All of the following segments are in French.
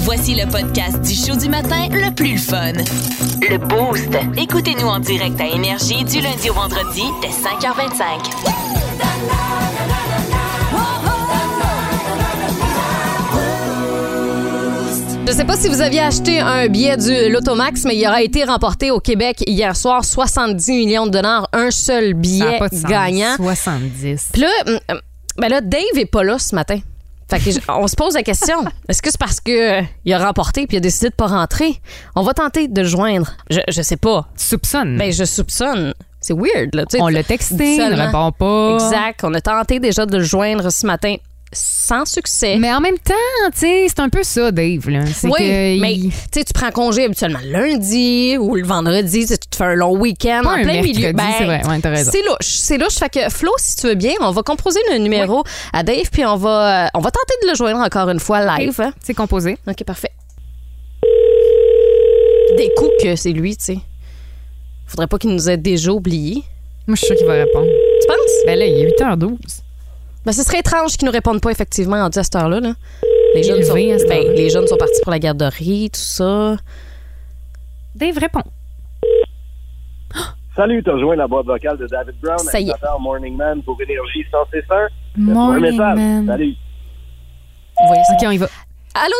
Voici le podcast du show du matin le plus le fun. Le Boost. Écoutez-nous en direct à Énergie du lundi au vendredi dès 5h25. Je sais pas si vous aviez acheté un billet du Lotomax, mais il aura été remporté au Québec hier soir 70 millions de dollars, un seul Ça billet a pas de sens. gagnant. 70. Puis là, hum, hum, ben là, Dave est pas là ce matin. Fait que je- on se pose la question. Est-ce que c'est parce que euh, il a remporté puis il a décidé de pas rentrer? On va tenter de le joindre. Je, je sais pas. Tu soupçonnes. Ben, je soupçonne. C'est weird, là. tu sais. on l'a texté, il ne Seulement. répond pas. Exact. On a tenté déjà de le joindre ce matin sans succès. Mais en même temps, tu sais, c'est un peu ça, Dave. Là. C'est Oui, que mais il- tu sais, tu prends congé habituellement lundi ou le vendredi, tu sais, tu te fais un long week-end Pas en un plein mercredi, milieu. c'est vrai. Ouais, t'as raison. c'est louche, c'est louche. Fait que Flo, si tu veux bien, on va composer le numéro à Dave puis on va, euh, on va tenter de le joindre encore une fois live. hein. c'est composé. Ok, parfait. Des coups que c'est lui, tu sais. Faudrait pas qu'il nous ait déjà oubliés. Moi, je suis sûre qu'il va répondre. Tu penses? Ben là, il est 8h12. Ben, ce serait étrange qu'ils nous répondent pas effectivement rendu à cette heure-là. là. Il Les, est jeunes sont, levé à cette ben, heure-là. les jeunes sont partis pour la garderie, tout ça. Dave répond. Salut, t'as rejoint la boîte vocale de David Brown, Ça y est. animateur Morning Man pour Énergie 161. Morning man. Salut. Vous voyez ça? Ok, on y va. Allô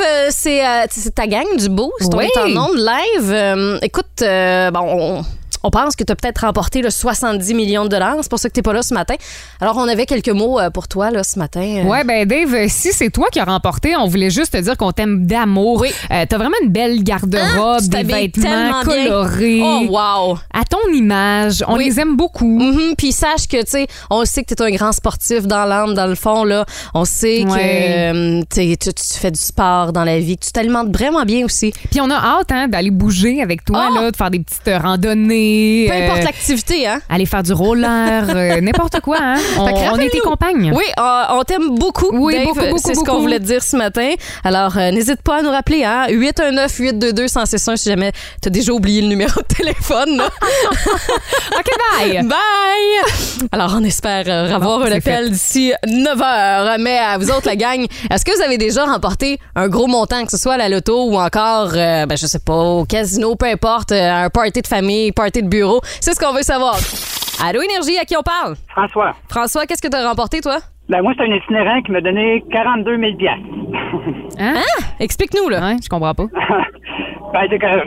Dave, euh, c'est euh, c'est ta gang du boost. Oui. On est en onde live. Euh, écoute, euh, bon, on, on pense que tu as peut-être remporté le 70 millions de dollars. C'est pour ça que tu pas là ce matin. Alors, on avait quelques mots euh, pour toi là, ce matin. Euh, Ouais, ben Dave, euh, si c'est toi qui as remporté, on voulait juste te dire qu'on t'aime d'amour. Oui. Ah, Euh, T'as vraiment une belle garde-robe, tu des t'habilles vêtements tellement bien. colorés. Oh, wow! À ton image, on Oui. les aime beaucoup. Mhm, Puis sache que, tu sais, on sait que tu es un grand sportif dans l'âme, dans le fond, là. On Ouais. sait que euh, t'es- tu, tu fais du sport dans la vie, que tu t'alimentes vraiment bien aussi. Puis on a hâte hein, d'aller bouger avec toi, Oh! là, de faire des petites euh, randonnées. Peu importe euh, l'activité, hein? aller faire du roller, euh, n'importe quoi. Hein? On, Fait que on est tes rappelle-nous. compagnes. Oui, euh, on t'aime beaucoup. Oui, Dave. beaucoup, beaucoup, C'est ce qu'on beaucoup. voulait te dire ce matin. Alors, euh, n'hésite pas à nous rappeler, hein? 819-822-1061 si jamais t'as déjà oublié le numéro de téléphone. là. OK, bye! Bye! Alors, on espère euh, avoir Bon, un c'est appel d'ici 9 heures. Mais à vous autres, la gang, est-ce que vous avez déjà remporté un gros montant, que ce soit à la loto ou encore, euh, ben, je sais pas, au casino, peu importe, euh, à un party de famille, party de bureau? C'est ce qu'on veut savoir. Allô, Énergie, à qui on parle? François, François, qu'est-ce que t'as remporté, toi? ben moi, c'est un itinérant qui m'a donné 42 000 piastres. Hein? Explique-nous, là. Ouais, je comprends pas. Ben, c'est que,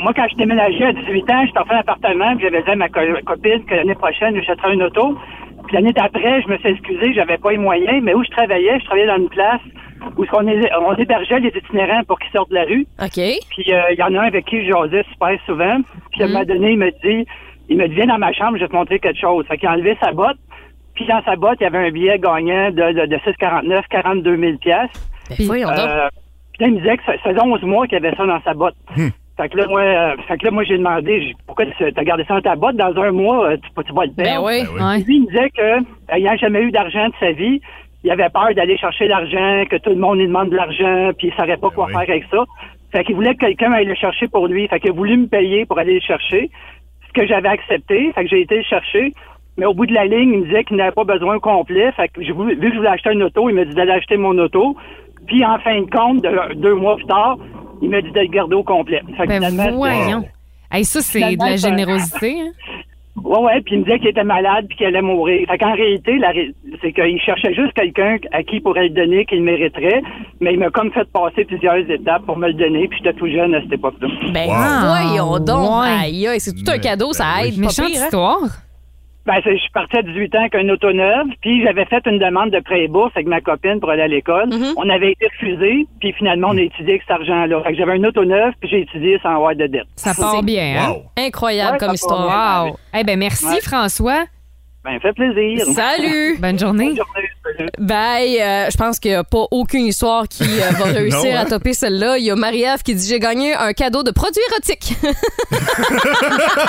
moi, quand je déménageais à 18 ans, j'étais en un appartement, puis j'avais dit à ma co- copine que l'année prochaine, j'achèterais une auto. Puis l'année d'après, je me suis excusé, j'avais pas les moyens, mais où je travaillais, je travaillais dans une place où on, hé- on hébergeait les itinérants pour qu'ils sortent de la rue. OK. Puis euh, il y en a un avec qui je jasais super souvent. Puis à Mm-hmm. un moment donné, il me dit, il me dit, viens dans ma chambre, je vais te montrer quelque chose. Fait qu'il a enlevé sa botte. Puis dans sa botte, il y avait un billet gagnant de, de, de 6,49, 42 000 piastres. Ben, voyons donc. Euh, puis là, il me disait que ça ça faisait 11 mois qu'il avait ça dans sa botte. Hmm. Fait que là, moi, euh, fait que là, moi, j'ai demandé, j'ai dit, pourquoi tu as gardé ça dans ta botte? Dans un mois, euh, tu, tu vas le Ben perdre. oui. Ouais. Lui, il me disait que, ayant jamais eu d'argent de sa vie, il avait peur d'aller chercher l'argent, que tout le monde lui demande de l'argent, puis il savait pas quoi oui. faire avec ça. Fait qu'il voulait que quelqu'un aille le chercher pour lui. Fait qu'il a voulu me payer pour aller le chercher. Ce que j'avais accepté, fait que j'ai été le chercher. Mais au bout de la ligne, il me disait qu'il n'avait pas besoin au complet. Fait que j'ai voulu- vu que je voulais acheter une auto, il me dit d'aller acheter mon auto. Puis en fin de compte, de- deux mois plus tard, il m'a dit de le garder au complet. Fait que Ben finalement, voyons. Hey, ça, c'est de la Finalement, ça- générosité. hein. Ouais, ouais, puis il me disait qu'il était malade puis qu'il allait mourir. Fait qu'en réalité, la ré- c'est qu'il cherchait juste quelqu'un à qui il pourrait le donner, qu'il mériterait, mais il m'a comme fait passer plusieurs étapes pour me le donner, puis j'étais tout jeune à cette époque-là. Ben Wow. voyons donc. Ah, Ouais. Aïe, aïe, c'est tout un Mais- cadeau, ça ben oui. aide. Pas Méchante pire, hein? histoire. Ben, c'est- je suis parti à 18 ans avec un auto neuve, puis j'avais fait une demande de prêt et bourse avec ma copine pour aller à l'école. On avait été refusé, puis finalement, on a étudié avec cet argent-là. Fait que j'avais un auto neuve, puis j'ai étudié sans avoir de dette. Ça part bien. Hein? Wow. Incroyable Ouais, comme ça histoire. va. Wow. Eh ben merci, Ouais. François. Ben, fait plaisir. Salut! Bonne journée. Bonne journée. Salut. Bye! Euh, je pense qu'il n'y a pas aucune histoire qui euh, va réussir Non, hein? à topper celle-là. Il y a Marie-Ève qui dit J'ai gagné un cadeau de produits érotiques.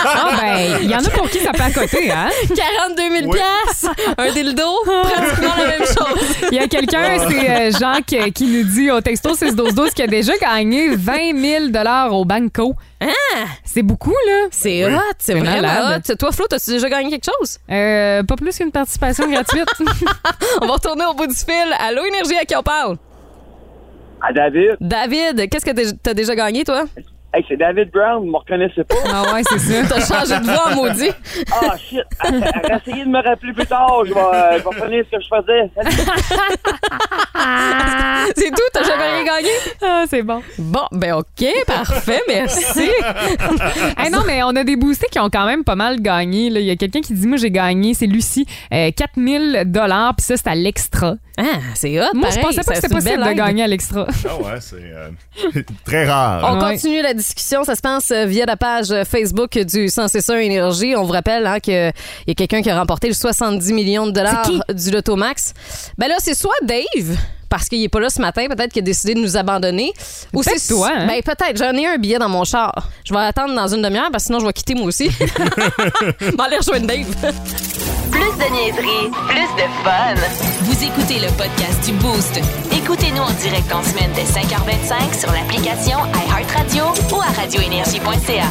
Ah, ben, il y en a pour qui ça peut à côté, hein? 42 000 Oui. piastres, un dildo, pratiquement la même chose. Il y a quelqu'un, c'est euh, Jacques, euh, qui nous dit au texto 612 qui a déjà gagné 20 000 au Banco. C'est beaucoup, là. Ah! C'est hot, C'est c'est vraiment malade. hot. Toi, Flo, t'as-tu déjà gagné quelque chose? Euh, pas plus qu'une participation gratuite. On va retourner au bout du fil. Allô, Énergie, à qui on parle? À Ah, David. David, qu'est-ce que t'es- t'as déjà gagné, toi? Hey, c'est David Brown, vous me reconnaissez pas? Ah ouais, c'est ça. T'as changé de voix, maudit. Ah, shit! Essayez de me rappeler plus tard, je vais, euh, je vais revenir ce que je faisais. C'est tout, t'as jamais rien gagné? Ah, c'est bon. Bon, ben OK, parfait, merci. Hey, non, mais on a des boostés qui ont quand même pas mal gagné. là. Il y a quelqu'un qui dit Moi, j'ai gagné, c'est Lucie, euh, 4000 Puis ça, c'est à l'extra. Ah, c'est hot, Moi, je pareil, pensais pas ça, que c'était c'est une possible belle de aide. gagner à l'extra. Ah ouais, c'est euh, très rare. On Ouais. continue la discussion. Ça se passe euh, via la page euh, Facebook du 161 Énergie. On vous rappelle hein, qu'il y a quelqu'un qui a remporté le 70 millions de dollars du Loto Max. Ben là, c'est soit Dave, parce qu'il est pas là ce matin, peut-être qu'il a décidé de nous abandonner. Ou Peut-être c'est toi, hein? Ben peut-être. J'en ai un billet dans mon char. Je vais attendre dans une demi-heure, parce que sinon, je vais quitter moi aussi. M'en aller rejoindre Dave. Plus de niaiserie, plus de fun. Vous écoutez le podcast du Boost. Écoutez-nous en direct en semaine dès 5h25 sur l'application iHeartRadio ou à radioénergie.ca.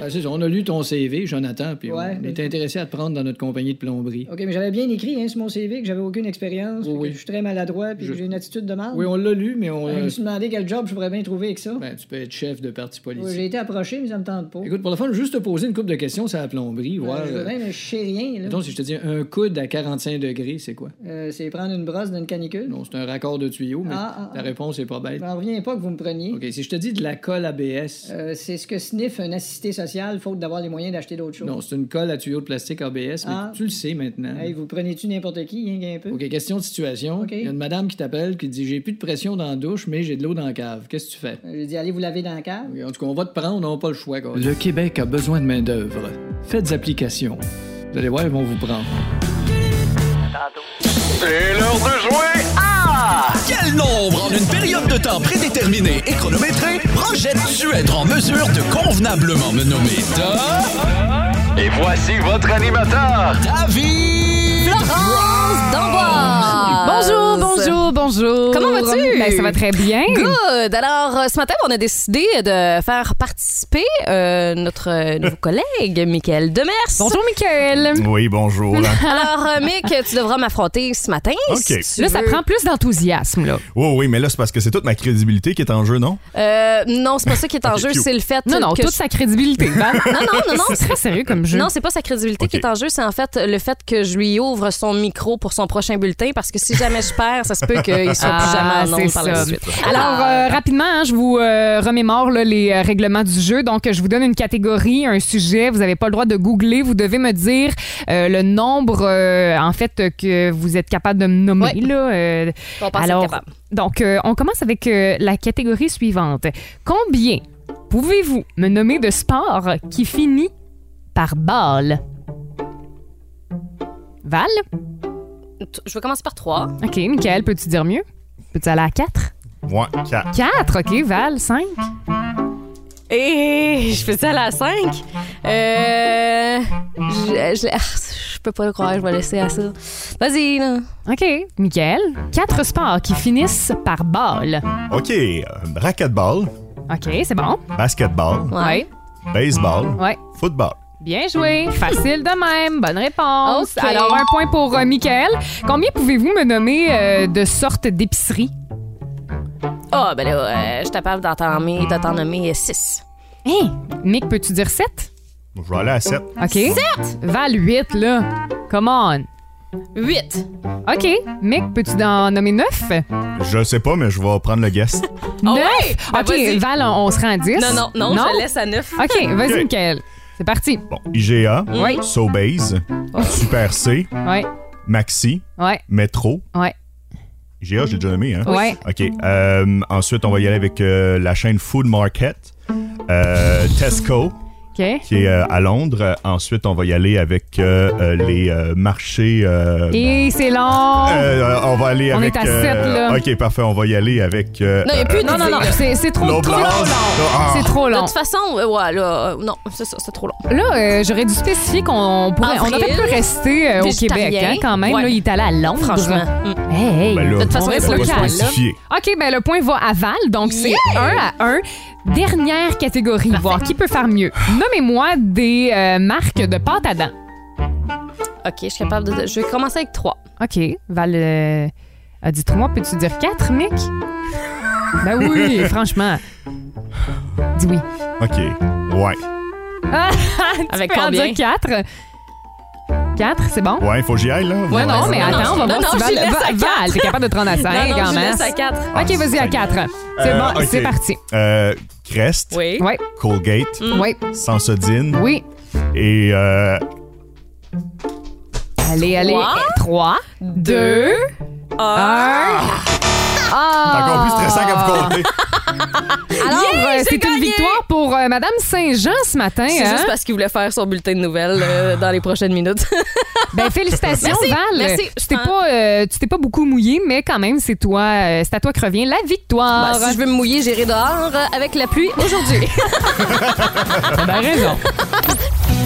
Ben, c'est ça, on a lu ton CV, Jonathan, puis Ouais, on mais- est intéressé à te prendre dans notre compagnie de plomberie. OK, mais j'avais bien écrit hein, sur mon CV que j'avais aucune expérience, puis Oui, oui. que je suis très maladroit, puis Je- que j'ai une attitude de mal. Oui, on l'a lu, mais on. Je euh, me suis demandé quel job je pourrais bien trouver avec Ben, ça. ben, tu peux être chef de parti politique. Oui, j'ai été approché, mais ça me tente pas. Écoute, pour le fun, juste te poser une couple de questions sur la plomberie, Euh, voir. je euh, veux bien, mais je sais rien. là. mettons, si je te dis un coude à 45 degrés, c'est quoi? Euh, c'est prendre une brosse d'une canicule. Non, c'est un raccord de tuyau, mais Ah, ah, ta ah. réponse est pas bête. Je m'en reviens pas que vous me preniez. OK, si je te dis de la colle ABS. Euh, c'est ce que sniff un assisté social, faute d'avoir les moyens d'acheter d'autres choses. Non, c'est une colle à tuyau de plastique ABS, Ah. mais tu le sais maintenant. Hey, vous prenez-tu n'importe qui, rien qu'un peu? OK, question de situation. OK. Il y a une madame qui t'appelle qui dit J'ai plus de pression dans la douche, mais j'ai de l'eau dans la cave. Qu'est-ce que tu fais? Euh, J'ai dit, allez vous laver dans la cave. En tout cas, on va te prendre, on n'a pas le choix. Le Québec a besoin de main-d'œuvre. Faites application. Vous allez voir, ils vont vous prendre. C'est l'heure de jouer! Quel nombre en une période de temps prédéterminée et chronométrée projettes-tu être en mesure de convenablement me nommer Tom, Et voici votre animateur, David? Florence D'Amboise. Bonjour, bonjour, bonjour. Ah. Comment vas-tu? Ben, ça va très bien. Good. Alors, euh, ce matin, on a décidé de faire participer euh, notre euh, nouveau collègue, Michael Demers. Bonjour, Michael. Oui, bonjour. Alors, euh, Mick, tu devras m'affronter ce matin. OK. si tu Là, ça veux. prend plus d'enthousiasme. là. Oui, oui, mais là, c'est parce que c'est toute ma crédibilité qui est en jeu, non? Euh, non, c'est pas ça qui est en OK, jeu, cute. c'est le fait. Non, non, que toute je- sa crédibilité. Ben, Non, non, non, non. c'est très sérieux comme jeu. Non, c'est pas sa crédibilité OK. qui est en jeu, c'est en fait le fait que je lui ouvre son micro pour son prochain bulletin parce que si jamais je perds, ça se peut qu'il soit plus Ah, jamais en ondes c'est par la ça. suite. Alors, euh, rapidement, hein, je vous euh, remémore là, les euh, règlements du jeu. Donc, je vous donne une catégorie, un sujet. Vous n'avez pas le droit de googler. Vous devez me dire euh, le nombre, euh, en fait, euh, que vous êtes capable de me nommer. Ouais. là, euh, On pense être Alors, capable. donc, euh, on commence avec euh, la catégorie suivante. Combien pouvez-vous me nommer de sport qui finit par balle? Val? T- Je vais commencer par trois. OK, Michael, peux-tu dire mieux? Peux-tu aller à 4? Ouais, quatre. 4, OK, Val, Eh, 5. Et je fais ça à la 5. Euh, je, je- ah, je peux pas le croire, je vais laisser à ça. Vas-y, là. OK, Michael, 4 sports qui finissent par balle. OK. euh, Racquetball, OK, c'est bon. basketball, Ouais. baseball, Ouais. football. Bien joué. Facile de même. Bonne réponse. OK. Alors, un point pour euh, Michael. Combien pouvez-vous me nommer euh, de sortes d'épiceries? Ah, ben là, euh, je suis capable d'en nommer- de t'en nommer 6. Hey, Hein? Mick, peux-tu dire 7? Je vais aller à sept. OK. 7? Val 8, là. Come on. 8. OK. Mick, peux-tu en nommer 9? 9? Je sais pas, mais je vais prendre le guest. Oh, ouais? Ben, OK, vas-y. Val, on, on se rend à 10. Non, non, non, je laisse à 9. OK, vas-y, OK. Michael. C'est parti. Bon, IGA, Oui. Sobase, Super C, Ouais, Maxi, ouais, Metro. ouais. IGA, je l'ai déjà nommé, hein? Ouais. OK. euh, ensuite, on va y aller avec euh, la chaîne Food Market, euh, Tesco, OK. qui est euh, à Londres. Euh, Ensuite, on va y aller avec euh, euh, les euh, marchés. euh, Et c'est long. euh, on va aller On avec. est à euh, sept, là. OK, parfait. On va y aller avec. euh, Non, il n'y a plus de non, non, non, c'est c'est trop, L'eau trop, trop long. blanche. Ah. C'est trop De long. toute façon, euh, ouais, là, euh, non, c'est ça, c'est trop long. Là, euh, j'aurais dû spécifier qu'on pourrait, on aurait Avril, pu rester euh, au végétarien. Québec hein, quand même. Ouais. Là, il est allé à Londres. Franchement. Mm. Hey, hey. ben là, de toute façon, on il va faut pas le faire, là. spécifier. OK, ben le point va à Val, donc c'est 1 à 1. Dernière catégorie, voir qui peut faire mieux. Nommez-moi des euh, marques de pâte à dents. OK, je suis capable de. Je vais commencer avec 3. OK. Val euh, a dit 3. Peux-tu dire 4, Nick? ben oui, franchement. Dis oui. euh, OK. Ouais. Ah, tu Avec peux en combien? dire 4. 4, c'est bon? Ouais, faut que j'y aille, là. Oh. Ouais, non, mais attends, on va non, voir si non, Val, j'y laisse à Val, quatre. t'es capable de te rendre à 5 non, non, en je laisse masse. à Ah, 4. OK, vas-y, à 4. C'est Euh, bon, ok. c'est parti. Euh, Crest, Oui. Mm. Oui, Colgate, oui, Sansodine oui. et... Euh, Allez, allez. 3, Trois. 2, Ah, 1. Ah! c'est encore plus stressant quand vous comptez. Alors, Yeah, euh, j'ai c'est une gagné! victoire pour euh, Madame Saint-Jean ce matin. C'est hein? juste parce qu'il voulait faire son bulletin de nouvelles euh, dans les prochaines minutes. Ben, félicitations, Merci, Val. merci. Hein? Tu t'es pas, euh, tu t'es pas beaucoup mouillé, mais quand même, c'est toi, euh, c'est à toi que revient la victoire. Bah, si je veux me mouiller, j'irai dehors euh, avec la pluie aujourd'hui. T'as bien raison.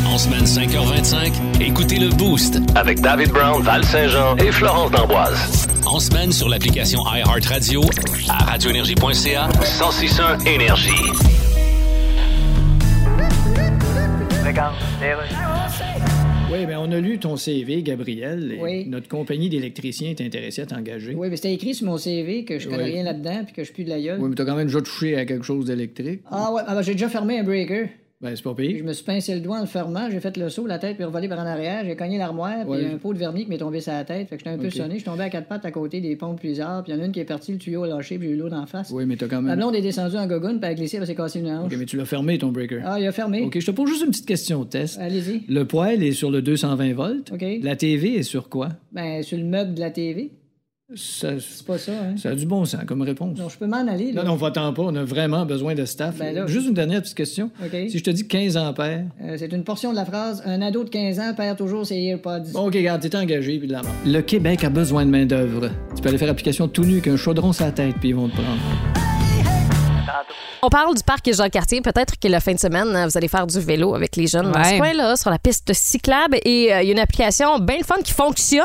En semaine 5h25, écoutez le Boost. Avec David Brown, Val Saint-Jean et Florence D'Amboise. En semaine sur l'application iHeartRadio à radioénergie.ca. 1061 Énergie. Oui, mais on a lu ton CV, Gabriel. et Oui. Notre compagnie d'électriciens est intéressée à t'engager. Oui, mais c'était écrit sur mon CV que je connais Oui. rien là-dedans puis que je pue de la gueule. Oui, mais t'as quand même déjà touché à quelque chose d'électrique. Ah ouais, ah ben, j'ai déjà fermé un breaker. Ben, c'est pas Je pire. me suis pincé le doigt en le fermant, j'ai fait le saut, la tête puis revolé par en arrière, j'ai cogné l'armoire, puis Ouais. un pot de vernis qui m'est tombé sur la tête, fait que j'étais un peu Ok. sonné, je suis tombé à quatre pattes à côté des pompes puis des arbres, puis il y en a une qui est partie, le tuyau a lâché, puis j'ai eu l'eau d'en face. Oui, mais t'as quand La même. blonde est descendue en gogoune, puis elle a glissé, elle s'est cassée une hanche. Ok, mais tu l'as fermé, ton breaker. Ah, il a fermé. OK, je te pose juste une petite question test. Allez-y. Le poêle est sur le 220 volts. OK. La TV est sur quoi? Ben, sur le meuble de la TV. Ça, C'est pas ça, hein? ça a du bon sens comme réponse. Non, je peux m'en aller, là. Non, non, va-t'en pas. On a vraiment besoin de staff. Ben là- Juste une dernière petite question. OK. Si je te dis 15 ampères. Euh, c'est une portion de la phrase Un ado de 15 ans perd toujours ses AirPods. Bon, OK, regarde, t'es engagé, puis de la mort. Le Québec a besoin de main-d'œuvre. Tu peux aller faire application tout nu qu'un chaudron sur la tête, puis ils vont te prendre. On parle du parc et Jean Cartier. Peut-être que la fin de semaine, hein, vous allez faire du vélo avec les jeunes dans Ouais. ce coin-là, sur la piste cyclable. Et euh, il y a une application bien le fun qui fonctionne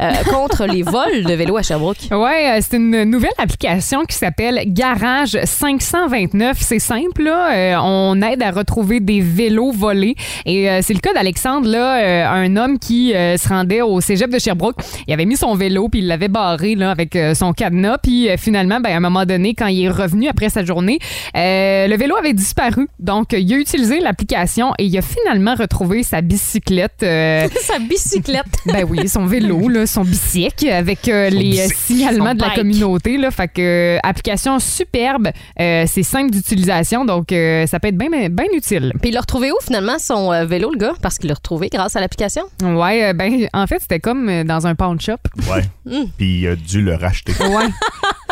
euh, contre les vols de vélos à Sherbrooke. Ouais, euh, c'est une nouvelle application qui s'appelle Garage 529. C'est simple, là. Euh, on aide à retrouver des vélos volés. Et euh, c'est le cas d'Alexandre, là, euh, un homme qui euh, se rendait au cégep de Sherbrooke. Il avait mis son vélo, puis il l'avait barré, là, avec euh, son cadenas. Puis euh, finalement, ben, à un moment donné, quand il est revenu après sa journée, euh, le vélo avait disparu. Donc, euh, il a utilisé l'application et il a finalement retrouvé sa bicyclette. euh, Sa bicyclette. ben oui, son vélo, là, son bicycle, avec euh, les euh, bicycle, signalements son de la bike. communauté. Là, fait que, euh, application superbe, euh, c'est simple d'utilisation, donc euh, ça peut être bien ben, ben utile. Puis il l'a retrouvé où finalement son euh, vélo, le gars? Parce qu'il l'a retrouvé grâce à l'application. Ouais, euh, ben en fait, c'était comme euh, dans un pawn shop. Ouais. Mm. Puis il a dû le racheter. Ouais.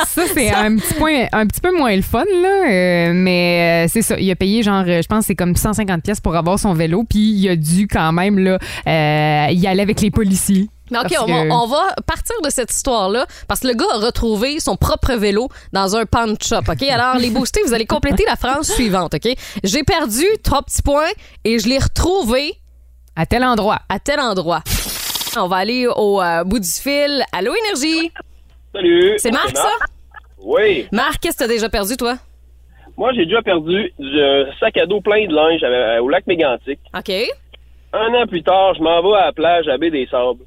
Ça, c'est un petit point, un petit peu moins le fun, là. euh, mais euh, c'est ça. Il a payé, genre, euh, je pense, que c'est comme 150 pièces pour avoir son vélo. Puis il a dû quand même, là, euh, y aller avec les policiers. Mais OK, Parce on, va, que- on va partir de cette histoire-là parce que le gars a retrouvé son propre vélo dans un pan shop. OK? Alors, les boostés, vous allez compléter la phrase suivante. OK? J'ai perdu trois petits points et je l'ai retrouvé À tel endroit. à tel endroit. On va aller au euh, bout du fil. Allô, Énergie? Salut. C'est Marc, ça? Oui. Marc, qu'est-ce que t'as déjà perdu, toi? Moi, j'ai déjà perdu un sac à dos plein de linge à- au lac Mégantic. OK. Un an plus tard, je m'en vais à la plage à Baie des Sables.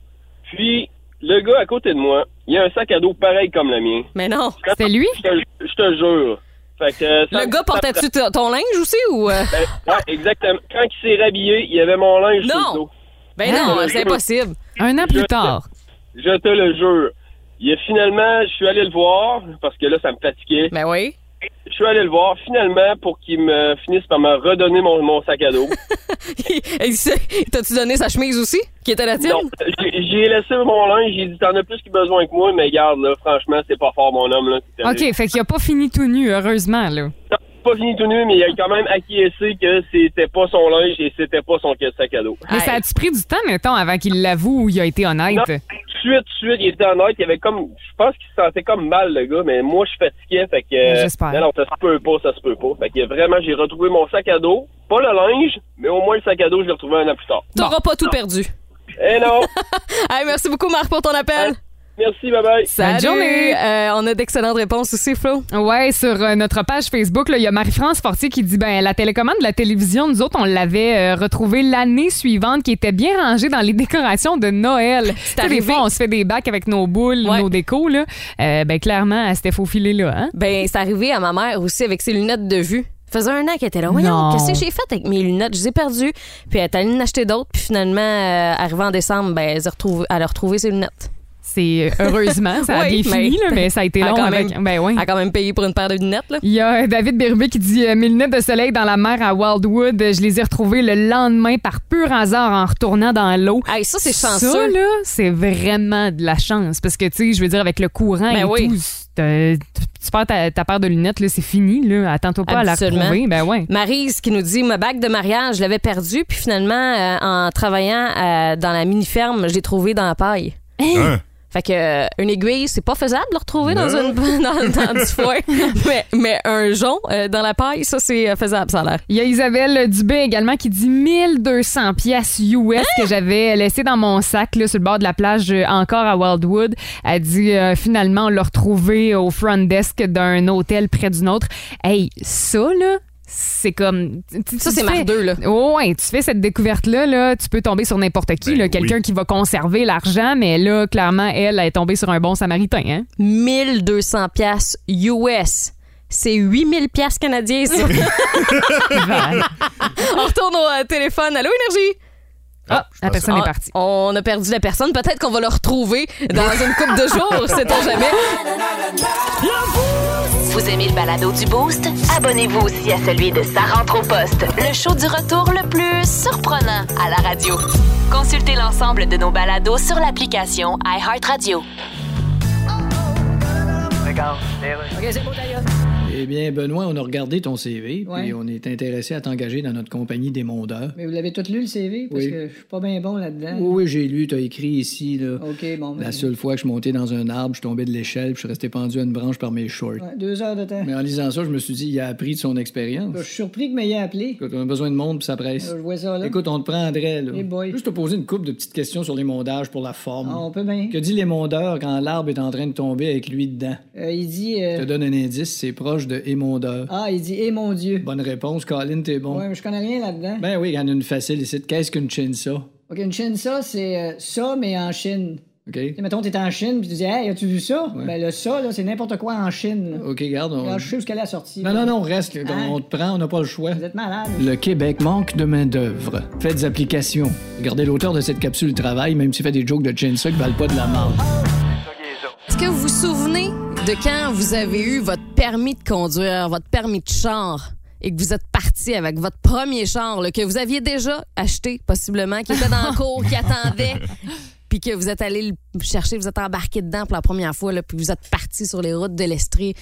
Puis, le gars à côté de moi, il a un sac à dos pareil comme le mien. Mais non. C'était lui? Je te, je te jure. Fait que, euh, ça- Le gars portait-tu t- ton linge aussi ou. euh? Ben, ouais, exactement. Quand il s'est rhabillé, il y avait mon linge sur Non. le dos. Ben non, c'est impossible. Un an plus tard. Je te le jure. Il est finalement, je suis allé le voir, parce que là, ça me fatiguait. Ben oui. Je suis allé le voir, finalement, pour qu'il me finisse par me redonner mon, mon sac à dos. Il s'est- T'as-tu donné sa chemise aussi, qui était la tienne? Non, j'ai j'ai laissé mon linge, j'ai dit t'en as plus qui besoin que moi, mais regarde là, franchement, c'est pas fort mon homme là. c'est terrible. OK, fait qu'il a pas fini tout nu, heureusement, là. Pas fini tout nu, mais il a quand même acquiescé que c'était pas son linge et c'était pas son sac à dos. Mais Hey. ça a-tu pris du temps, mettons, avant qu'il l'avoue ou Ah, il a été Non, honnête? tout de suite, tout de suite, il était honnête, il avait comme, je pense qu'il se sentait comme mal le gars, mais moi je fatiguais, fait que. J'espère. Non, non, ça se peut pas, ça se peut pas. Fait que vraiment, j'ai retrouvé mon sac à dos, pas le linge, mais au moins le sac à dos, je l'ai retrouvé un an plus tard. T'auras pas tout perdu. Eh non, Hey, merci beaucoup, Marc, pour ton appel. Merci, bye bye. Salut. Euh, on a d'excellentes réponses aussi, Flo. Ouais, sur euh, notre page Facebook, là, il y a Marie-France Fortier qui dit ben la télécommande de la télévision, nous autres, on l'avait euh, retrouvée l'année suivante, qui était bien rangée dans les décorations de Noël. Tu sais, des arrivé. fois, on se fait des bacs avec nos boules, Ouais. nos décos. Là. Euh, ben clairement, elle s'était faufilée là. Hein? Ben, c'est arrivé à ma mère aussi avec ses lunettes de vue. Ça faisait un an qu'elle était là. Voyons, Non. qu'est-ce que j'ai fait avec mes lunettes? Je les ai perdues. Puis elle est allée en acheter d'autres. Puis finalement, euh, arrivé en décembre, ben, elle, a retrouvé, elle a retrouvé ses lunettes. C'est euh, heureusement, ça a bien fini, là, mais ça a été long avec- ben oui. Elle a quand même payé pour une paire de lunettes. Là. Il y a euh, David Bérubé qui dit euh, Mes lunettes de soleil dans la mer à Wildwood, euh, je les ai retrouvées le lendemain par pur hasard en retournant dans l'eau. ça, c'est Ça, chanceux. là, c'est vraiment de la chance. Parce que, tu sais, je veux dire, avec le courant Ben et oui. tout, c'est, euh, tu tu perds ta, ta paire de lunettes, là, c'est fini, là. Attends-toi pas à la Absolument. retrouver. Ben ouais. Maryse qui nous dit ma bague de mariage, je l'avais perdue. Puis finalement, euh, en travaillant euh, dans la mini-ferme, je l'ai trouvée dans la paille. Hein? Fait que euh, une aiguille, c'est pas faisable de le retrouver dans, Non. une, dans, dans du foin. mais, mais un jonc euh, dans la paille, ça, c'est euh, faisable, ça a l'air. Il y a Isabelle Dubé également qui dit 1200 pièces US que j'avais laissé dans mon sac là, sur le bord de la plage euh, encore à Wildwood. Elle dit euh, finalement on l'a retrouvé au front desk d'un hôtel près du nôtre. Hey, ça là c'est comme Ça, c'est mardeux, là. ouais, tu fais cette découverte là là, tu peux tomber sur n'importe qui là, quelqu'un qui va conserver l'argent mais là clairement elle, elle est tombée sur un bon samaritain hein. 1200 pièces US. C'est 8000 pièces canadiens, ça. On retourne au euh, téléphone. Allô, Énergie? Ah, la personne est Ah, partie. On a perdu la personne. Peut-être qu'on va la retrouver dans une coupe de jours, sait-on jamais. Vous aimez le balado du Boost? Abonnez-vous aussi à celui de Sa rentre au poste, le show du retour le plus surprenant à la radio. Consultez l'ensemble de nos balados sur l'application iHeartRadio. Eh bien, Benoît, on a regardé ton CV, Ouais. puis on est intéressé à t'engager dans notre compagnie des mondeurs. Mais euh, vous l'avez tout lu, le CV? Parce Oui. que je suis pas bien bon là-dedans. Oui, oui, j'ai lu, t'as écrit ici, là. OK, bon. ben, La seule fois que je suis monté dans un arbre, je suis tombé de l'échelle, puis je suis resté pendu à une branche par mes shorts. ouais, deux heures de temps. Mais en lisant ça, je me suis dit, il a appris de son expérience. Je suis surpris que m'ayez appelé. Écoute, on a besoin de monde, puis ça presse. Euh, Je vois ça, là. Écoute, on te prendrait, là. Eh boy. Juste te poser une couple de petites questions sur les mondages pour la forme. Ah, on peut bien. Que dit l'émondeur quand l'arbre est en train de tomber avec lui dedans? Euh, il dit... euh, Je te donne un indice, c'est proche de émondeur. Ah, il dit, eh mon Dieu. Bonne réponse, Colin, t'es bon. Ouais, mais je connais rien là-dedans. Ben oui, il y en a une facile ici. Qu'est-ce qu'une chinsa? OK, une Chine, ça, c'est euh, ça, mais en Chine. OK? Tu sais, mettons, t'es en Chine, puis tu dis, hey, as-tu vu ça? Ben, le ça, là, c'est n'importe quoi en Chine. là. OK, garde. on- Là, je sais où ce qu'elle est sortie. Non, non, non, on reste. là. Hein? On te prend, on n'a pas le choix. Vous êtes malade. Le Québec manque de main-d'œuvre. Faites application. Regardez l'auteur de cette capsule travail, même s'il fait des jokes de chinsa qui valent pas de la marde. Est-ce que vous vous souvenez de quand vous avez eu votre permis de conduire, votre permis de char? Et que vous êtes parti avec votre premier char là, que vous aviez déjà acheté, possiblement, qui était dans le cours, qui attendait, puis que vous êtes allé le chercher, vous êtes embarqué dedans pour la première fois, là, puis vous êtes parti sur les routes de l'Estrie.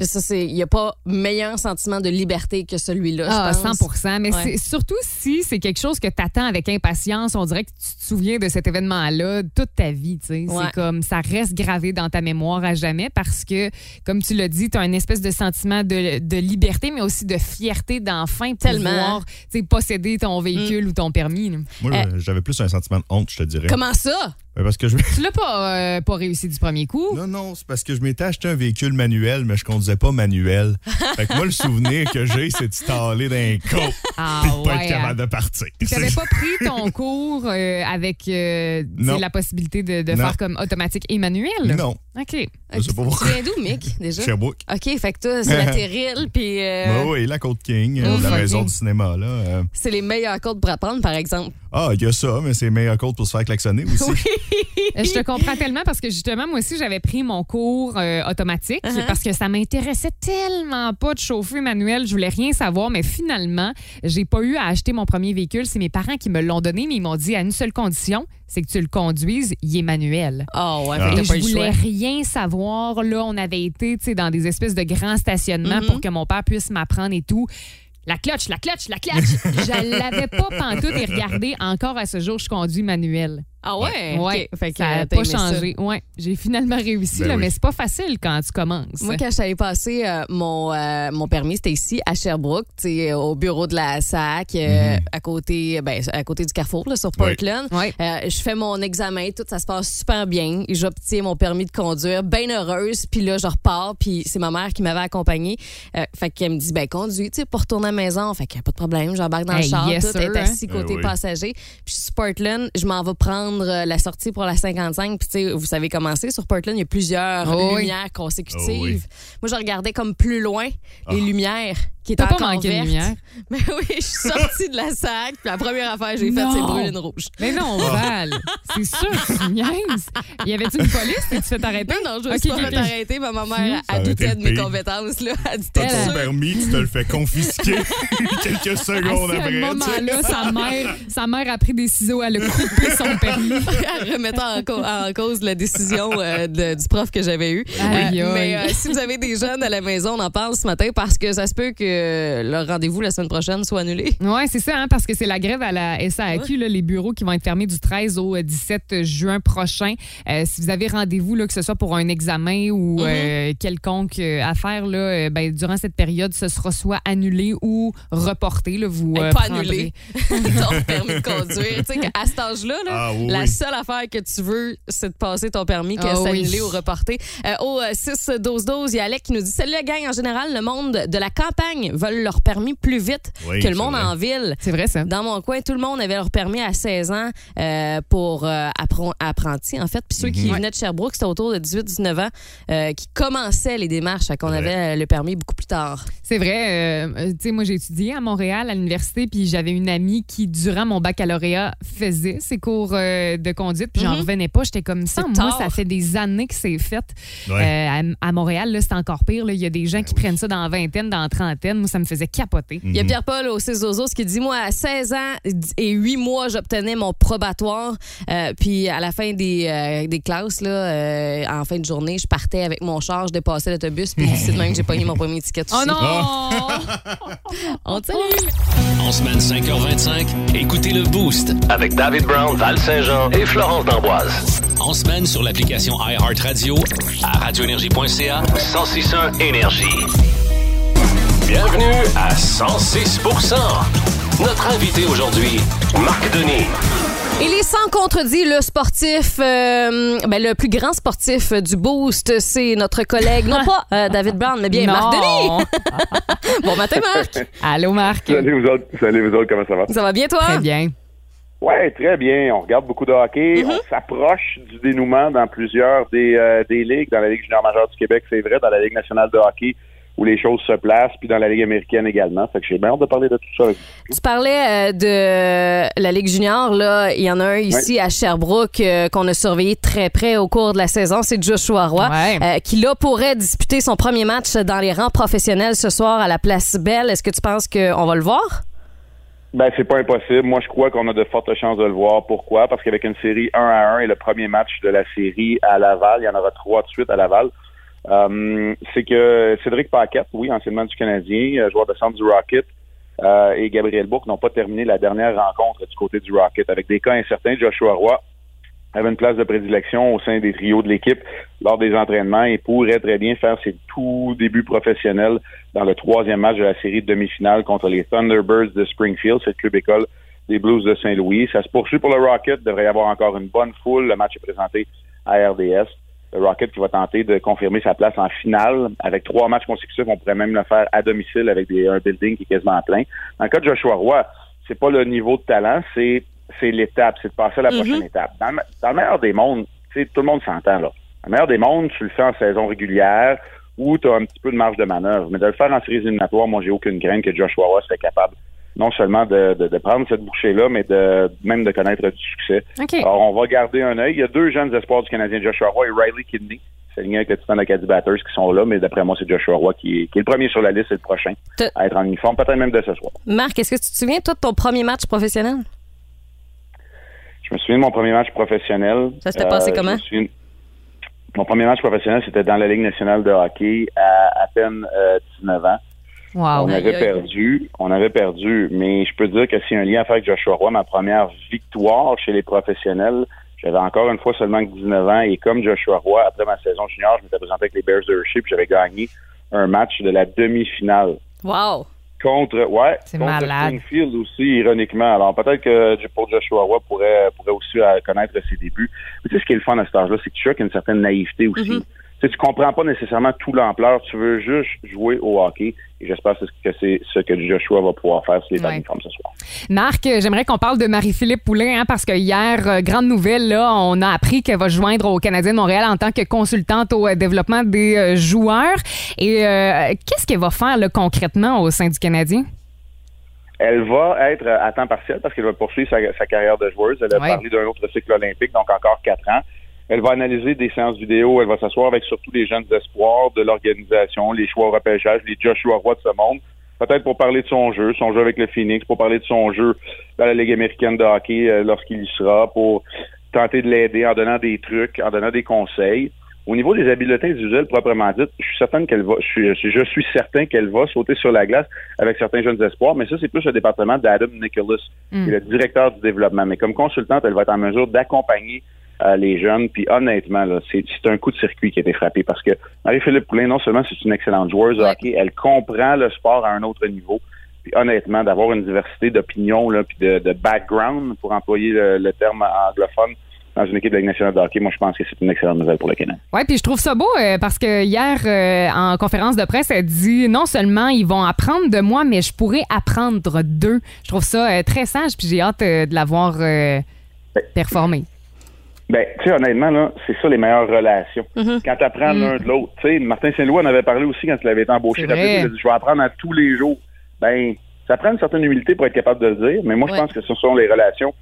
Ça, c'est. Il n'y a pas meilleur sentiment de liberté que celui-là, Ah, je pense. 100 Mais Ouais. c'est surtout si c'est quelque chose que tu attends avec impatience, on dirait que tu te souviens de cet événement-là toute ta vie. tu sais. Ouais. C'est comme ça reste gravé dans ta mémoire à jamais parce que, comme tu l'as dit, tu as un espèce de sentiment de, de liberté, mais aussi de fierté d'enfin Tellement. Mm. pouvoir tu sais, posséder ton véhicule ou ton permis. là. Moi, euh, j'avais plus un sentiment de honte, je te dirais. Euh. Eh, Comment ça? Ben, Parce que je Tu l'as pas, euh, pas réussi du premier coup. Non, non, c'est parce que je m'étais acheté un véhicule manuel, mais je conduisais pas manuel. Fait que moi, le souvenir que j'ai, c'est de staller d'un coup Ah puis de pas ouais, être capable de partir. Tu n'avais pas pris ton cours euh, avec euh, tu sais, Non. la possibilité de, de Non. faire comme automatique et manuel? Non. OK. Je sais pas Tu pourquoi. viens d'où, Mick, déjà? Sherbrooke. OK, fait que toi, c'est la Terrille, puis. euh, Ben oui, la Côte-King, euh, Mm. Ouf, la ok. maison du cinéma, là. euh. C'est les meilleurs codes pour apprendre, par exemple. Ah, il y a ça, mais c'est les meilleures côtes pour se faire klaxonner aussi. Euh, Je te comprends tellement parce que justement, moi aussi, j'avais pris mon cours euh, automatique Uh-huh. parce que ça m'intéressait tellement pas de chauffer manuel. Je voulais rien savoir, mais finalement, j'ai pas eu à acheter mon premier véhicule. C'est mes parents qui me l'ont donné, mais ils m'ont dit à une seule condition, c'est que tu le conduises, il est manuel. Ah ouais, Et fait que t'as je pas eu le voulais choix. rien savoir. Là, on avait été tu sais, dans des espèces de grands Mm-hmm. stationnements pour que mon père puisse m'apprendre et tout. La clutch, la clutch, la clutch. je l'avais pas pantoute et regardez, encore à ce jour, je conduis manuel. Ah ouais? Ouais, Ok. fait que Ça, ça n'a t'as pas aimé ça. changé. Ouais, j'ai finalement réussi, Ben là, oui. mais c'est pas facile quand tu commences. Moi, quand je t'avais passé euh, mon, euh, mon permis, c'était ici, à Sherbrooke, tu sais, au bureau de la SAC, euh, Mhm. à, côté, ben, à côté du Carrefour, là, sur Portland. Euh, je fais mon examen, tout ça se passe super bien. J'obtiens mon permis de conduire, bien heureuse. Puis là, je repars, puis c'est ma mère qui m'avait accompagnée. Euh, fait qu'elle me dit, ben conduis, tu sais, pour retourner à la maison. Fait qu'il n'y a pas de problème, j'embarque dans Hey, le char, yes, tout est sir, assis hein? côté Eh oui. passager. Puis sur Portland, je m'en vais prendre euh, la sortie pour la 55. Puis tu sais, vous savez comment c'est, sur Portland, il y a plusieurs Oh oui. lumières consécutives. Oh oui. Moi, je regardais comme plus loin les lumières qui étaient T'as pas encore manqué de vertes. lumière? Mais oui, je suis sortie de la sac. Puis la première affaire que j'ai faite, c'est Non. brûler une rouge. Mais non, Ah. Val, c'est sûr que tu niaises. Y avait-tu une police et tu fais t'arrêter? Non, non, je me suis Ok, pas ok, fait ok. arrêter. mais Ma mère, Ça elle aurait été doutait de mes pire. compétences. Là. Elle dit, T'as ton elle- permis, tu te le fais confisquer quelques secondes Ah, à ce après. tu sais. moment-là, sa mère, sa mère a pris des ciseaux, elle a coupé son permis. en remettant en, cau- en cause la décision euh, de- du prof que j'avais eue. Aïe, aïe. Euh, mais euh, si vous avez des jeunes à la maison, on en parle ce matin parce que ça se peut que leur rendez-vous la semaine prochaine soit annulé. Oui, c'est ça, hein, parce que c'est la grève à la SAAQ, là, les bureaux qui vont être fermés du 13 au euh, 17 juin prochain. Euh, si vous avez rendez-vous, là, que ce soit pour un examen Mhm. ou euh, quelconque euh, affaire, là, euh, ben, durant cette période, ce sera soit annulé ou reporté. Là, vous, Hey, euh, pas prendrez- annulé. ton permis de conduire. Tu sais, qu'à cet âge-là, là, Ah oui. la seule affaire que tu veux, c'est de passer ton permis, que Ah c'est oui. annulé ou reporté. Euh, au euh, 6-12-12, il y a Alec qui nous dit Salut, la gang, en général, le monde de la campagne veulent leur permis plus vite Oui, que le c'est monde vrai. en ville. C'est vrai, ça. Dans mon coin, tout le monde avait leur permis à 16 ans euh, pour euh, appren- apprenti, en fait. Puis ceux qui Mhm. venaient de Sherbrooke, c'était autour de 18-19 ans, euh, qui commençaient les démarches, qu'on avait euh, le permis beaucoup plus tard. C'est vrai. euh, euh, tu sais, moi, j'ai étudié à Montréal, à l'université, puis j'avais une amie qui, durant mon baccalauréat, faisait ses cours euh, de conduite, puis j'en Mhm. revenais pas. J'étais comme ça. Moi, tard. ça fait des années que c'est fait. Ouais. Euh, à, à Montréal, là, c'est encore pire. là. Il y a des gens qui prennent ça dans la vingtaine, dans la trentaine. Moi, ça me faisait capoter. Il y a Pierre-Paul au 6 Zozos qui dit Moi, à 16 ans et 8 mois, j'obtenais mon probatoire. Euh, puis à la fin des, euh, des classes, là, euh, en fin de journée, je partais avec mon char, je dépassais l'autobus, puis c'est de même que j'ai pogné mon premier ticket. Oh aussi. On te salue. En semaine 5h25, écoutez le Boost. Avec David Brown, Val Saint-Jean et Florence d'Amboise. En semaine sur l'application iHeartRadio à radioénergie.ca 1061 Énergie. Bienvenue à 106 Notre invité aujourd'hui, Marc Denis. Il est sans contredit le sportif, euh, ben, le plus grand sportif du Boost, c'est notre collègue, non pas euh, David Brown, mais bien Non. Marc Denis. bon matin, Marc. Allô, Marc. Salut vous autres. Salut vous autres, comment ça va? Ça va bien, toi? Très bien. Ouais, très bien. On regarde beaucoup de hockey. On s'approche du dénouement dans plusieurs des, euh, des ligues. Dans la Ligue junior majeure du Québec, c'est vrai. Dans la Ligue nationale de hockey, où les choses se placent. Puis dans la Ligue américaine également. Fait que j'ai bien hâte de parler de tout ça avec vous. Tu parlais euh, de la Ligue junior. Là, il y en a un ici à Sherbrooke euh, qu'on a surveillé de très près au cours de la saison. C'est Joshua Roy euh, qui, là, pourrait disputer son premier match dans les rangs professionnels ce soir à la Place Belle. Est-ce que tu penses qu'on va le voir? Ben, c'est pas impossible. Moi, je crois qu'on a de fortes chances de le voir. Pourquoi? Parce qu'avec une série 1 à 1 et le premier match de la série à Laval, il y en aura trois de suite à Laval. euh, c'est que Cédric Paquette, oui, anciennement du Canadien, euh, joueur de centre du Rocket, euh, et Gabriel Bourque n'ont pas terminé la dernière rencontre du côté du Rocket. Avec des cas incertains, Joshua Roy avait une place de prédilection au sein des trios de l'équipe lors des entraînements et pourrait très bien faire ses tout débuts professionnels dans le troisième match de la série de demi-finale contre les Thunderbirds de Springfield, c'est le club école des Blues de Saint-Louis. Ça se poursuit pour le Rocket, devrait y avoir encore une bonne foule. Le match est présenté à RDS. Le Rocket qui va tenter de confirmer sa place en finale avec trois matchs consécutifs. On pourrait même le faire à domicile avec des, un building qui est quasiment plein. Dans le cas de Joshua Roy, c'est pas le niveau de talent, c'est c'est l'étape, c'est de passer à la Mhm. prochaine étape. Dans le, me- dans le meilleur des mondes, tu sais, tout le monde s'entend là. Dans le meilleur des mondes, tu le fais en saison régulière où tu as un petit peu de marge de manœuvre. Mais de le faire en séries éliminatoires, moi, j'ai aucune crainte que Joshua Roy serait capable non seulement de, de- de prendre cette bouchée-là, mais de même de connaître du succès. OK. Alors, on va garder un œil. Il y a deux jeunes espoirs du Canadien, Joshua Roy et Riley Kidney. C'est ligné avec le Titan Acadie Batters qui sont là, mais d'après moi, c'est Joshua Roy qui est, qui est le premier sur la liste et le prochain T'as- à être en uniforme, peut-être même de ce soir. Marc, est-ce que tu te souviens, toi, de ton premier match professionnel? Je me souviens de mon premier match professionnel. Euh, Ça s'était passé comment? je me souviens- Mon premier match professionnel, c'était dans la Ligue nationale de hockey à à peine euh, 19 ans. Ah Wow. on avait perdu, on avait perdu, mais je peux dire que c'est un lien à faire avec Joshua Roy. Ma première victoire chez les professionnels, J'avais encore une fois seulement que 19 ans et comme Joshua Roy, après ma saison junior, je m'étais présenté avec les Bears de Hershey puis j'avais gagné un match de la demi-finale Wow! contre, ouais, C'est contre malade. Springfield aussi, ironiquement. Alors peut-être que pour Joshua Roy pourrait, pourrait aussi euh, connaître ses débuts. Mais tu sais, ce qui est le fun à cet âge-là, c'est que tu as une certaine naïveté aussi. Mhm. Tu sais, tu comprends pas nécessairement tout l'ampleur. Tu veux juste jouer au hockey. Et j'espère que c'est ce que, c'est ce que Joshua va pouvoir faire s'il est en Ouais. uniforme ce soir. Marc, euh, j'aimerais qu'on parle de Marie-Philippe Poulin, hein, parce que hier, euh, grande nouvelle, là, on a appris qu'elle va se joindre au Canadien de Montréal en tant que consultante au euh, développement des euh, joueurs. Et euh, qu'est-ce qu'elle va faire là, concrètement au sein du Canadien? Elle va être euh, à temps partiel parce qu'elle va poursuivre sa, sa carrière de joueuse. Elle a Ouais. parlé d'un autre cycle olympique, donc encore quatre ans. Elle va analyser des séances vidéo. Elle va s'asseoir avec surtout les jeunes espoirs de l'organisation, les choix au repêchage, les Joshua Roy de ce monde. Peut-être pour parler de son jeu, son jeu avec le Phoenix, pour parler de son jeu dans la Ligue américaine de hockey euh, lorsqu'il y sera, pour tenter de l'aider en donnant des trucs, en donnant des conseils. Au niveau des habiletés individuelles proprement dites, je suis certain qu'elle va, je suis, je suis certain qu'elle va sauter sur la glace avec certains jeunes espoirs, mais ça c'est plus le département d'Adam Nicholas, Mm. qui est le directeur du développement. Mais comme consultante, elle va être en mesure d'accompagner euh, les jeunes. Puis honnêtement, là, c'est c'est un coup de circuit qui a été frappé parce que Marie-Philippe Poulin, non seulement c'est une excellente joueuse de hockey, elle comprend le sport à un autre niveau. Puis honnêtement, d'avoir une diversité d'opinions là, puis de, de background, pour employer le, le terme anglophone, dans une équipe de la Ligue nationale de hockey, moi je pense que c'est une excellente nouvelle pour le Canada. Oui, puis je trouve ça beau euh, parce que hier, euh, en conférence de presse, elle dit non seulement ils vont apprendre de moi, mais je pourrais apprendre d'eux. Je trouve ça euh, très sage, puis j'ai hâte euh, de l'avoir euh, performé. Ben, tu sais, honnêtement, là, c'est ça les meilleures relations. Mhm. Quand tu apprends l'un de l'autre, tu sais, Martin Saint-Louis en avait parlé aussi quand il avait été embauché. C'est vrai. Rappelez-vous, Il a dit, je vais apprendre à tous les jours. Ben, ça prend une certaine humilité pour être capable de le dire, mais moi, Ouais. je pense que ce sont les relations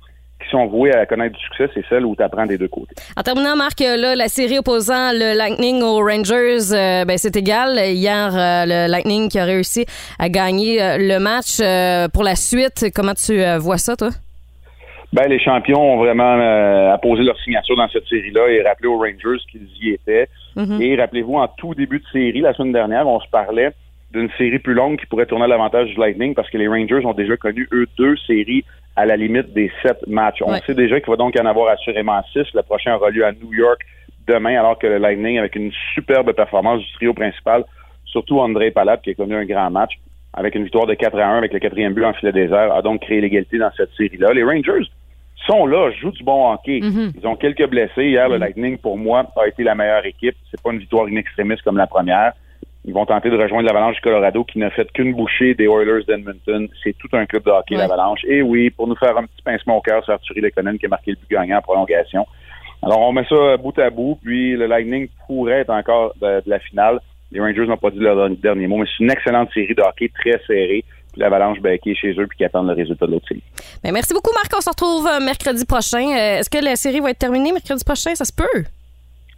qui sont vouées à connaître du succès, c'est celles où tu apprends des deux côtés. En terminant, Marc, euh, là, la série opposant le Lightning aux Rangers, euh, ben, c'est égal. Hier, euh, le Lightning qui a réussi à gagner euh, le match euh, pour la suite. Comment tu euh, vois ça, toi? Ben, les champions ont vraiment euh, apposé leur signature dans cette série-là et rappelé aux Rangers qu'ils y étaient. Mm-hmm. Mhm. Et rappelez-vous, en tout début de série, la semaine dernière, on se parlait d'une série plus longue qui pourrait tourner à l'avantage du Lightning parce que les Rangers ont déjà connu, eux, deux séries à la limite des sept matchs. On Ouais. sait déjà qu'il va donc y en avoir assurément six. Le prochain aura lieu à New York demain, alors que le Lightning, avec une superbe performance du trio principal, surtout André Palat, qui a connu un grand match, avec une victoire de 4 à 1 avec le quatrième but en filet désert, a donc créé l'égalité dans cette série-là. Les Rangers sont là, jouent du bon hockey. Mhm. Ils ont quelques blessés. Hier, le Lightning, pour moi, a été la meilleure équipe. C'est pas une victoire inextrémiste comme la première. Ils vont tenter de rejoindre l'Avalanche du Colorado qui n'a fait qu'une bouchée des Oilers d'Edmonton. C'est tout un club de hockey, Ouais. l'Avalanche. Et oui, pour nous faire un petit pincement au cœur, c'est Arthurie Lekonen qui a marqué le but gagnant en prolongation. Alors, on met ça euh, bout à bout, puis le Lightning pourrait être encore de, de la finale. Les Rangers n'ont pas dit leur dernier mot, mais c'est une excellente série de hockey très serrée. Puis l'Avalanche, ben, qui est chez eux, puis qui attendent le résultat de l'autre série. Ben, merci beaucoup, Marc. On se retrouve euh, mercredi prochain. Euh, Est-ce que la série va être terminée mercredi prochain? Ça se peut.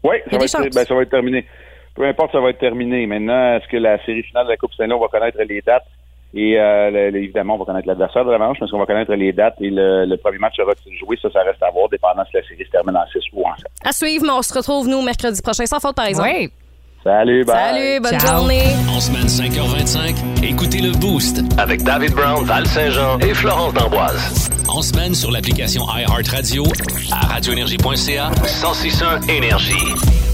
Oui, Il y a ça, va des être- chances. ben, ça va être terminé. Peu importe, ça va être terminé. Maintenant, est-ce que la série finale de la Coupe Stanley, on va connaître les dates et euh, le- le- évidemment, on va connaître l'adversaire de l'Avalanche, parce qu'on va connaître les dates et le, le premier match sera-t-il joué? Ça, ça reste à voir, dépendant si la série se termine en 6 ou en 7. À suivre, mais on se retrouve, nous, mercredi prochain, sans faute, par exemple. Oui. Salut, bye! Salut, bonne journée. En semaine 5h25, écoutez le Boost. Avec David Brown, Val Saint-Jean et Florence D'Amboise. En semaine sur l'application iHeartRadio à radioénergie.ca. 1061 Énergie.